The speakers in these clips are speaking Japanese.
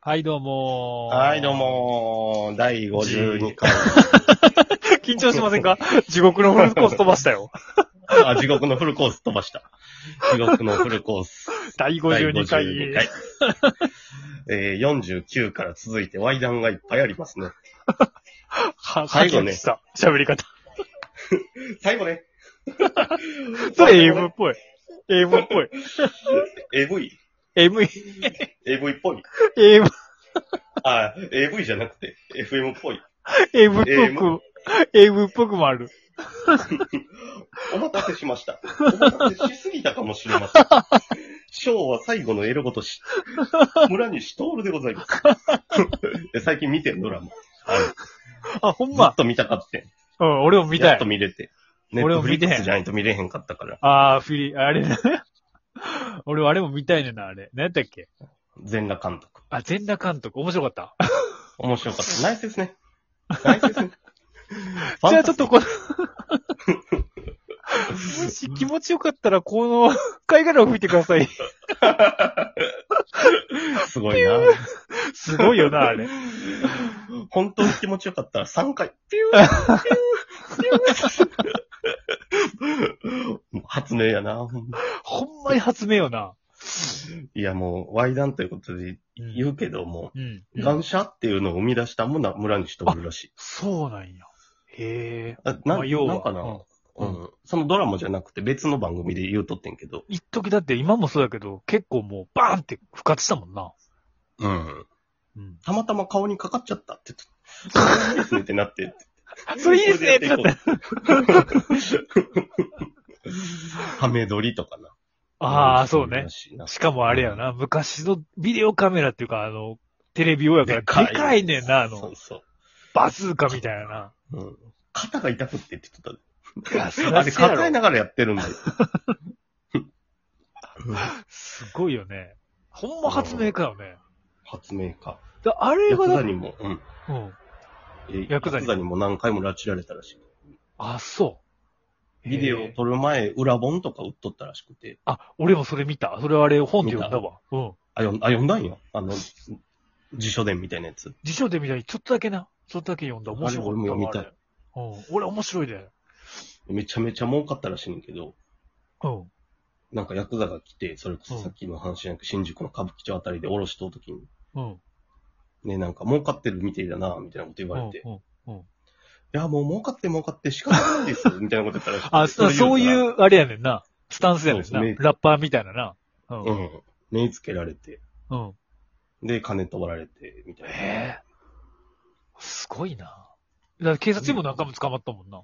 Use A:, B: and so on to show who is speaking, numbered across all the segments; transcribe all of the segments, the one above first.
A: はい、どうもー
B: はい、どう。もー第52回。
A: 緊張しませんか地獄のフルコース飛ばしたよ。
B: あ、地獄のフルコース飛ばした。地獄のフルコース。
A: 第52回。
B: 第52回。えー、49から続いて、ワイダンがいっぱいありますね。
A: は、
B: 最後
A: 吐き
B: ね
A: 気した喋 り方。
B: 最後ね。
A: それ AV っぽい。AV っぽい。
B: AV。
A: AV、
B: AV っぽい。
A: AV、
B: あ、AV じゃなくて、FM っぽい。
A: AV っぽく、AV っぽくもある。
B: お待たせしました。お待たせしすぎたかもしれません。昭和最後のエロごとし、村西徹でございます。 で最近見てん、ドラマ。
A: あ、ほん
B: ずっ
A: ま。
B: と見たかってん。
A: うん、俺も見た
B: やっと
A: い。
B: 見れて。ネ
A: 俺
B: ッ
A: も
B: トフ
A: 見て
B: リッ
A: へん
B: クスじゃないと見れへんかったから。
A: あー、フィリ、あれね。 俺はあれも見たいねんな、あれ。何やったっけ
B: 全裸監督。
A: あ、全裸監督。面白かった。
B: 面白 かった。ナイスですね。ナイスですね。
A: じゃあちょっとこの、 もし気持ちよかったら、この、貝殻を吹いてくだ さい。
B: すごいな。
A: すごいよな、あれ。
B: 本当に気持ちよかったら3回。ピュー、ピュー、ピュー。 発明やな。
A: ほんまに発明よな。
B: いやもう、ワイダンということで言うけども、
A: うん。
B: ガンシャっていうのを生み出したもな、村西徹らしい。
A: そうなんや。へえ。
B: あ
A: ま
B: な
A: あ、要は。
B: なんか
A: う
B: な、
A: ん
B: うん、そのドラマじゃなくて別の番組で言うとってんけど、
A: 一時だって今もそうやけど、結構もうバーンって復活したもんな。
B: うん。
A: うん。
B: たまたま顔にかかっちゃったって言ってた。いいですねってなって。
A: それいいですねって なった。
B: ハメ撮りとかな。
A: ああ、そうね
B: ら。しいな。
A: しかもあれやな、昔のビデオカメラっていうか、あの、テレビ用やから、で
B: かい
A: かいねんな、あ
B: そ
A: の
B: う、そ
A: バズーカみたいな
B: う。うん。肩が痛くってって言って
A: な。いや、そ
B: た。あれ抱え
A: な。
B: ながらやってるんだよ。
A: すごいよね。ほんま発明家よね。
B: 発明家。
A: だあれ
B: ヤ
A: が
B: ク
A: だっ
B: ザ
A: て、
B: にも、うん。
A: うん。
B: え
A: ヤ
B: ヤ
A: ク
B: ク
A: ザ
B: ザ
A: に
B: にも何回も拉致られたらしい。
A: あ、そう。
B: ビデオを撮る前、裏本とか売っとったらしくて。
A: あ、俺もそれ見た。それはあれ本で読んだわ。うん。
B: あ、よんあ読んだんや。あの、辞書伝みたいなやつ。
A: 辞書で見たり、ちょっとだけな、ちょっとだけ読んだ。面白かったわ。
B: あれ俺も読
A: あれうん。俺面白いで。
B: めちゃめちゃ儲かったらしいねんけど。
A: うん。
B: なんかヤクザが来て、それこそさっきの話じゃなく、新宿の歌舞伎町あたりで降ろしとうときに、
A: うん。
B: ね、なんか儲かってるみてえだな、みたいなこと言
A: う
B: われ
A: ん
B: て、い
A: うん。
B: や、もう儲かって儲かって仕方ないですよ、みたいなこと言った らしくて。
A: あ、そそういうう、あれやねんな。スタンスやねん
B: そ
A: な。
B: うですね
A: ラッパーみたいなな。うん。う。
B: うんん。目つけられて、で、金取られて、みたいな。
A: へえ。すごいな。だから警察にも何回も捕まったもんな。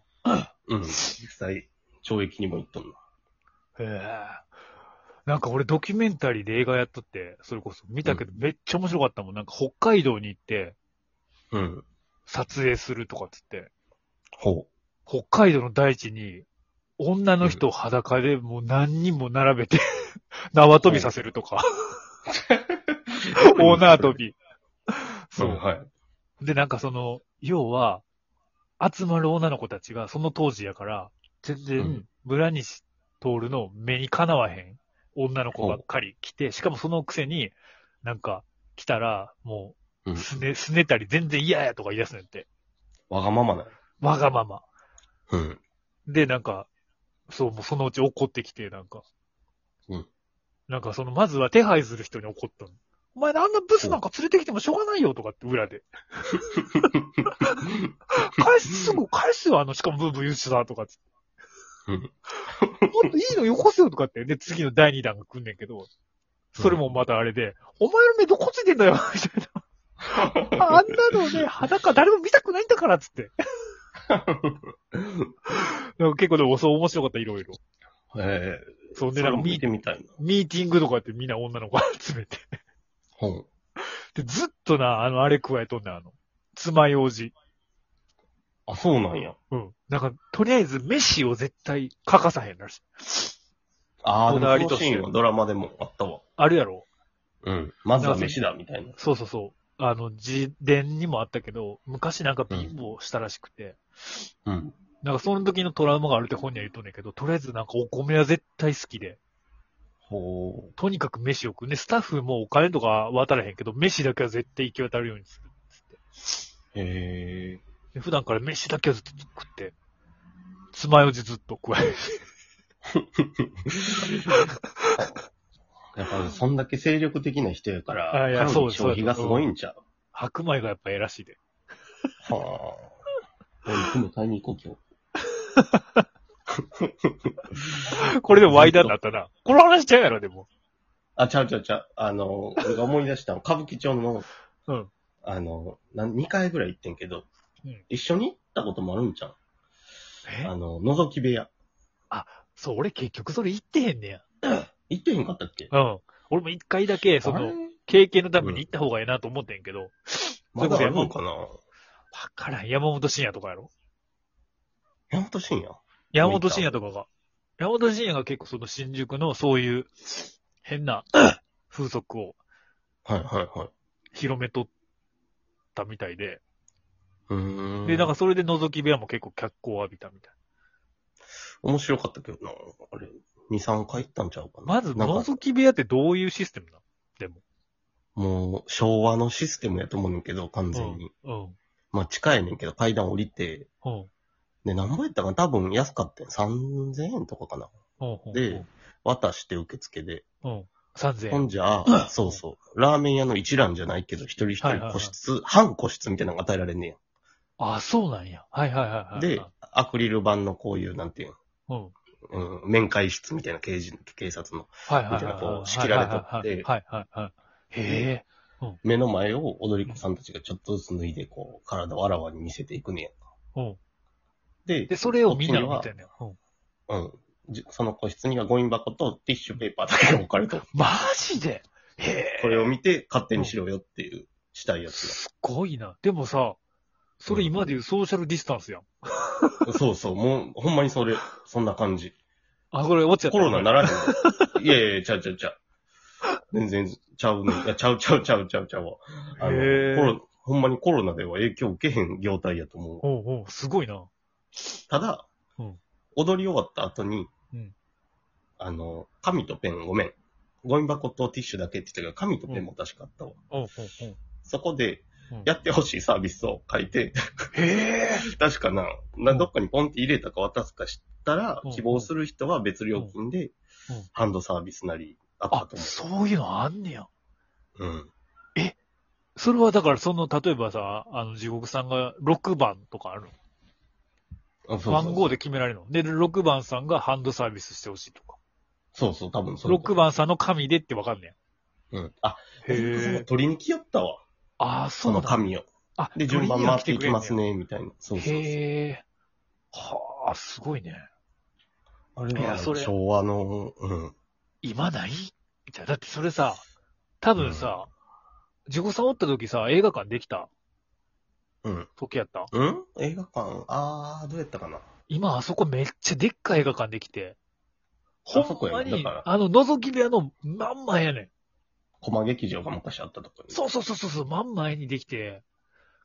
B: うん。実際、懲役にも行っとんな。
A: へえ。なんか俺ドキュメンタリーで映画やっとって、それこそ見たけどめっちゃ面白かったもん。なんか北海道に行って
B: うん。
A: 撮影するとかっつって。
B: ほ
A: 北海道の大地に、女の人を裸でもう何人も並べて、 縄跳びさせるとか、
B: う。
A: オーナー跳び。そ
B: うん、
A: う。
B: はい。
A: で、なんかその、要は、集まる女の子たちが、その当時やから、全
B: う
A: 然
B: ん、
A: 村西徹の目にかなわへん女の子ばっかり来て、しかもそのくせに、なんか、来たら、も
B: う
A: う、
B: ん
A: すね、すねたり全然嫌やとか言い出すねんって。
B: わがままな。
A: わがまま。
B: うん。
A: で、なんか、そう、もうそのうち怒ってきて、なんか。
B: うん。
A: なんかその、まずは手配する人に怒ったの。お前あんなブスなんか連れてきてもしょうがないよとかって裏 で。返す、すぐ返すよ、あの、しかもブーブー言うしさ、とかっつって。
B: うん
A: もっといいのよこせよとかって。で、次の第2弾が来んねんけど、それもまたあれで、お前の目どこついてんだよ、みたいな。あんなのね、裸誰も見たくないんだから、つ って。なんか結構でもそう面白かった、いろいろ。
B: え
A: そう
B: ー、
A: ね、
B: そ
A: な
B: れ
A: ん
B: も
A: かミ
B: 見
A: ー
B: てみたいな。
A: ミーティングとかやってみんな女の子集めて。
B: ほう。
A: で、ずっとな、あの、あれ加えとんねんあの、爪楊枝。
B: あ、そうなんや。
A: うん。なんか、とりあえず、飯を絶対欠かさへんらしい。
B: あー、
A: こ
B: で
A: だわ
B: も
A: り
B: そ
A: と
B: の
A: して
B: シーンはドラマでもあったわ。
A: あるやろ
B: うん。まずは飯だ、みたいな。
A: そうそうそう。あの、自伝にもあったけど、昔なんか貧乏したらしくて、
B: うん。
A: なんかその時のトラウマがあるって本には言っとんねんけど、とりあえずなんかお米は絶対好きで、
B: ほう。
A: とにかく飯を食うね。スタッフもお金とか渡らへんけど、飯だけは絶対行き渡るようにする。
B: へえ。
A: で普段から飯だけはずっと食って、爪楊枝ずっと食われる。
B: やっぱ、そんだけ精力的な人やか
A: あ
B: ら、
A: いや
B: 彼
A: そ
B: の
A: うです
B: 消費がすごいんちゃう
A: 白米がやっぱ偉しいで。
B: はあ。俺、今度買いに行こう、今日。
A: これでワイダーになったな。 この話ちゃうやろ、でも。
B: あ、ちゃうちゃうちゃう。あの、俺が思い出したの、歌舞伎町の、
A: うん
B: あの、なん2回ぐらい行ってんけど、
A: うん
B: 一緒に行ったこともあるんちゃう
A: え
B: あの、覗き部屋。
A: そう、俺結局それ行ってへんねや。
B: 行ってへんかったっけ
A: うん。俺も一回だけ、そ
B: あ
A: の
B: れ、
A: 経験のために行った方がええなと思ってんけど、わ
B: まだあるのかな
A: からん。山本慎也とかやろ
B: 山本慎也
A: 山本慎也とかが。山本慎也が結構その新宿のそういう変 な風俗を
B: はいはいはい。
A: 広めとったみたいで、
B: うーん。
A: で、なんかそれで覗き部屋も結構脚光を浴びたみたい
B: 面白かったけどな。あれ、2、3回行ったんちゃうかな。
A: な。まず
B: なんか
A: 覗き部屋ってどういうシステムな
B: もう、昭和のシステムやと思うねんけど、完全に。
A: の
B: まあ、近いねんけど、階段降りて、
A: うん。うん。
B: で、何ぼやったかな多分安かったん3000円とかかな。
A: うん。うん。
B: で渡して受付で。
A: うん。3000
B: ほ
A: 円。
B: んじゃ、そうそう。ラーメン屋の一覧じゃないけど、一人一
A: はいは
B: 人
A: いはい
B: 個室、半個室みたいなのが与えられんね
A: あ、そうなんや。はいはいはい
B: や
A: は
B: ん。
A: い。
B: で、アクリル板のこういう、なんていう
A: うん。
B: の、うん、面会室みたいな刑事、警察の
A: はいはいはい。
B: みたいなこう仕切られとって
A: はいはいはい。へ
B: 目の前を踊り子さんたちがちょっとずつ脱いで、こう、体をあらわに見せていくねんやんか。
A: え。うん。
B: で、
A: で、それをみんな
B: こ
A: み
B: っち
A: たい
B: に
A: な。うん。
B: はうん。じその個室にはゴミ箱とティッシュペーパーだけが置かれと、
A: マジでへえ。
B: これを見て勝手にしろよっていう、したいやつ
A: すごいな。でもさ、それ今で言うソーシャルディスタンスやん。
B: が。そうそう、もう、ほんまにそれ、そんな感じ。
A: あ、これ落ちちゃった。
B: コロナならへ ん。いやいやいや、ちゃうちゃうちゃう。全然、ちゃうね。いや、ちゃうちゃうちゃうちゃうちゃうわ。あの、
A: へー
B: コロほんまにコロナでは影響受けへん業態やと思う。
A: おうおう、すごいな。
B: ただ、
A: うん
B: 踊り終わった後に、
A: うん
B: あの、紙とペンごめん。ゴミ箱とティッシュだけって言ったけど、紙とペンも確かあったわ。
A: おうおう
B: そこで
A: うん、
B: やってほしいサービスを書いて、
A: おう。へえ。
B: 確かな、な
A: うん
B: どっかにポンって入れたか渡すかしたら、
A: うん
B: 希望する人は別料金で
A: うんうん、
B: ハンドサービスなり、あった
A: あ、
B: と思
A: そういうのあんねや。
B: う。うん。
A: それはだからその、例えばさ、あの、地獄さんが6番とかある
B: あ
A: の。番号
B: で。
A: で決められるの。で、6番さんがハンドサービスしてほしいとか。
B: そうそう、多分そう。
A: 6。番さんの神でってわかんねや。
B: うん。あ、
A: へ
B: その
A: え。
B: 取りに来よったわ。
A: ああ、
B: そ
A: そうな
B: の
A: んだ。
B: 紙を。
A: あ、
B: で、順番
A: 取りには
B: 回っ
A: 来
B: てい
A: く
B: き
A: れんねや
B: ます。ね、みたいな。そうそうそう。
A: へえ。はあ、すごいね。
B: あれ
A: いや
B: は
A: それ
B: 昭和の、うん。
A: 今ないみたいな。だってそれさ、多分さ、自己さんおった時さ、映画館できた
B: うん。
A: 時やった
B: うん映画館、あー、どうやったかな。
A: 今あそこめっちゃでっかい映画館できて、
B: あそ
A: ほ
B: こ
A: ん
B: や
A: ま
B: ねだ
A: に、
B: から
A: あの、覗き部屋の真ん前やねん。
B: コマ劇場が昔あったとこに。
A: そうそうそうそうそう、真ん前にできて、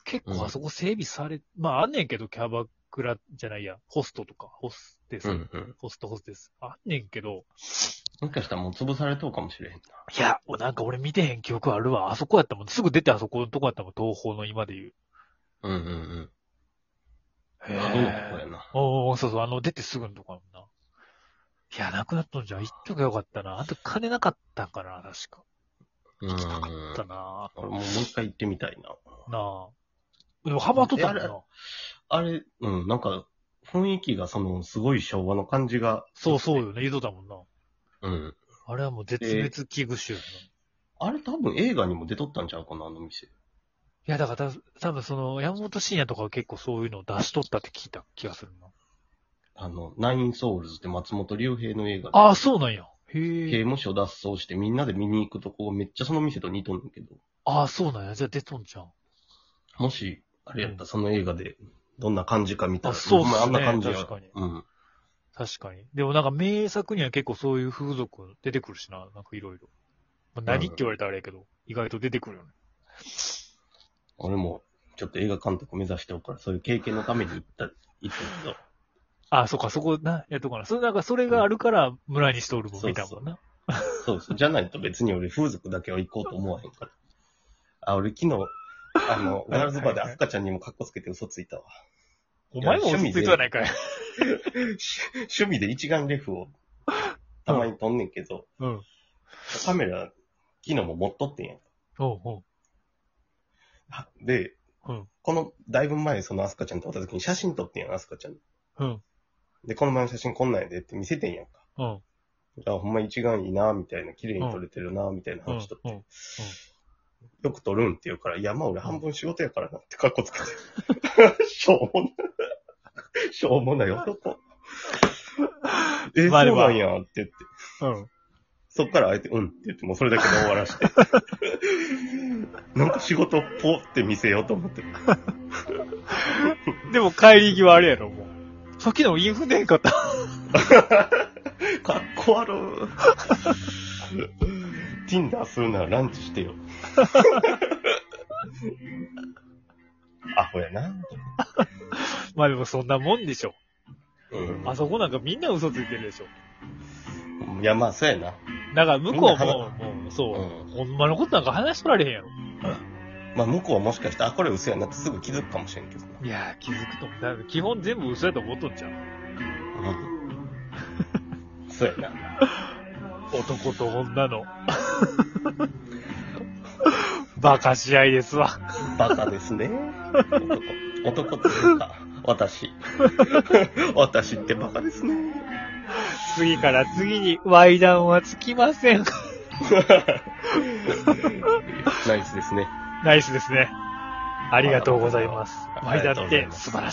A: 結構あそこ整備され、まああんねんけど、キャバクラじゃないや、ホストとか、ホステス、
B: うんうん。
A: ホストホステス。あんねんけど、
B: もしかしたらもう潰されとうかもしれへんな。
A: いや、なんか俺見てへん記憶あるわ。あそこやったもん。すぐ出てあそこのとこやったもん。東宝の今で言う。
B: うんうんうん。
A: へ
B: あ、どうなとこやな。
A: おうおうそうそう。あの、出てすぐのとこやもんな。いや、なくなったんじゃん。行っときゃよかったな。あと金なかったんかな、確か。
B: う
A: 行きたかった
B: ん。
A: な。
B: 俺ももう一回行ってみたいな。
A: なあ。でもハマっとったんだ
B: えあれ
A: な。
B: あれ、うん、なんか、雰囲気がその、すごい昭和の感じが。
A: そうそうよね。言うとったもんな。
B: うん。
A: あれはもう絶滅危惧種やな。
B: あれ多分映画にも出とったんちゃうかな、あの店。
A: いや、だからた、多分その、山本慎也とかは結構そういうのを出しとったって聞いた気がするな。
B: あの、ナインソウルズって松本龍平の映画で、
A: ああ、そうなんや。へ
B: 刑
A: え。
B: 務所脱走してみんなで見に行くとこめっちゃその店と似とんねんけど、
A: ああ、そうなんや。じゃあ出とんじゃん。
B: もし、あれやったらその映画でどんな感じか見たら、
A: あそうっすね
B: ほんまあんな感じや
A: 確かに
B: うん。
A: 確かに。でもなんか名作には結構そういう風俗出てくるしな、なんかいろいろ。まあ、何って言われたらあれやけど、意外と出てくるよね。
B: 俺も、ちょっと映画監督目指しておくから、そういう経験のために行った、行ったけど、
A: あ、そうか、そこな、やっとかな。それなんかそれがあるから村西徹も見たもんな。
B: そうです。じゃないと別に俺風俗だけは行こうと思わへんから。あ、俺昨 日、あの、ガールズバーでアスカちゃんにも格好つけて嘘ついたわ。
A: お前も落ち着いてはないかい。
B: し趣味で一眼レフをたまに撮んねんけど、
A: うん。
B: カメラ、昨日も持っとってんやん
A: ほうほ
B: あで、
A: うん
B: この、だいぶ前、そのアスカちゃんと会った時に写真撮ってんやん、アスカちゃん。
A: う。うん。
B: で、この前の写真こんなんやでって見せてんやんか。
A: うん。
B: あ、ほんま一眼いいな、みたいな、綺麗に撮れてるな、みたいな
A: うん
B: 話と。。
A: うん。
B: よく撮るんって言うから、いや、まあ俺半分仕事やからなって格好つけて。 しょうもない。しょうもない男。え、
A: まあでも
B: そうなんや、って言って。
A: うん。
B: そっからあえて、うんって言って、もうそれだけで終わらして。なんか仕事っぽって見せようと思って。
A: でも帰り際あれやろ、もう。さっきのインフでへんかった。
B: かっこ悪い。Tinder するならランチしてよ。 アホやな。
A: まあでもそんなもんでしょ。
B: うん
A: あそこなんかみんな嘘ついてるでしょ。
B: いや、まあ、そうやな。
A: だから向こう
B: みんな
A: も、もう、そう、
B: うん
A: ほんまのことなんか話しとられへんやろ。
B: まあ、向こうはもしかして、あ、これ嘘やなってすぐ気づくかもしれんけどな。
A: いやー、気づくと思う。だから基本全部嘘やと思っとんじゃん。
B: うん、そうやな。
A: 男と女 の。バカし合いですわ。
B: バカですね。男。男というか、私。私ってバカですね。
A: 次から次に、ワイダンはつきません。
B: ナイスですね。
A: ナイスですね。ありがとうございます。
B: あ
A: ワイ
B: り
A: ダ
B: が
A: ン
B: とう
A: っ
B: ござい
A: て
B: ます
A: 素晴らしい。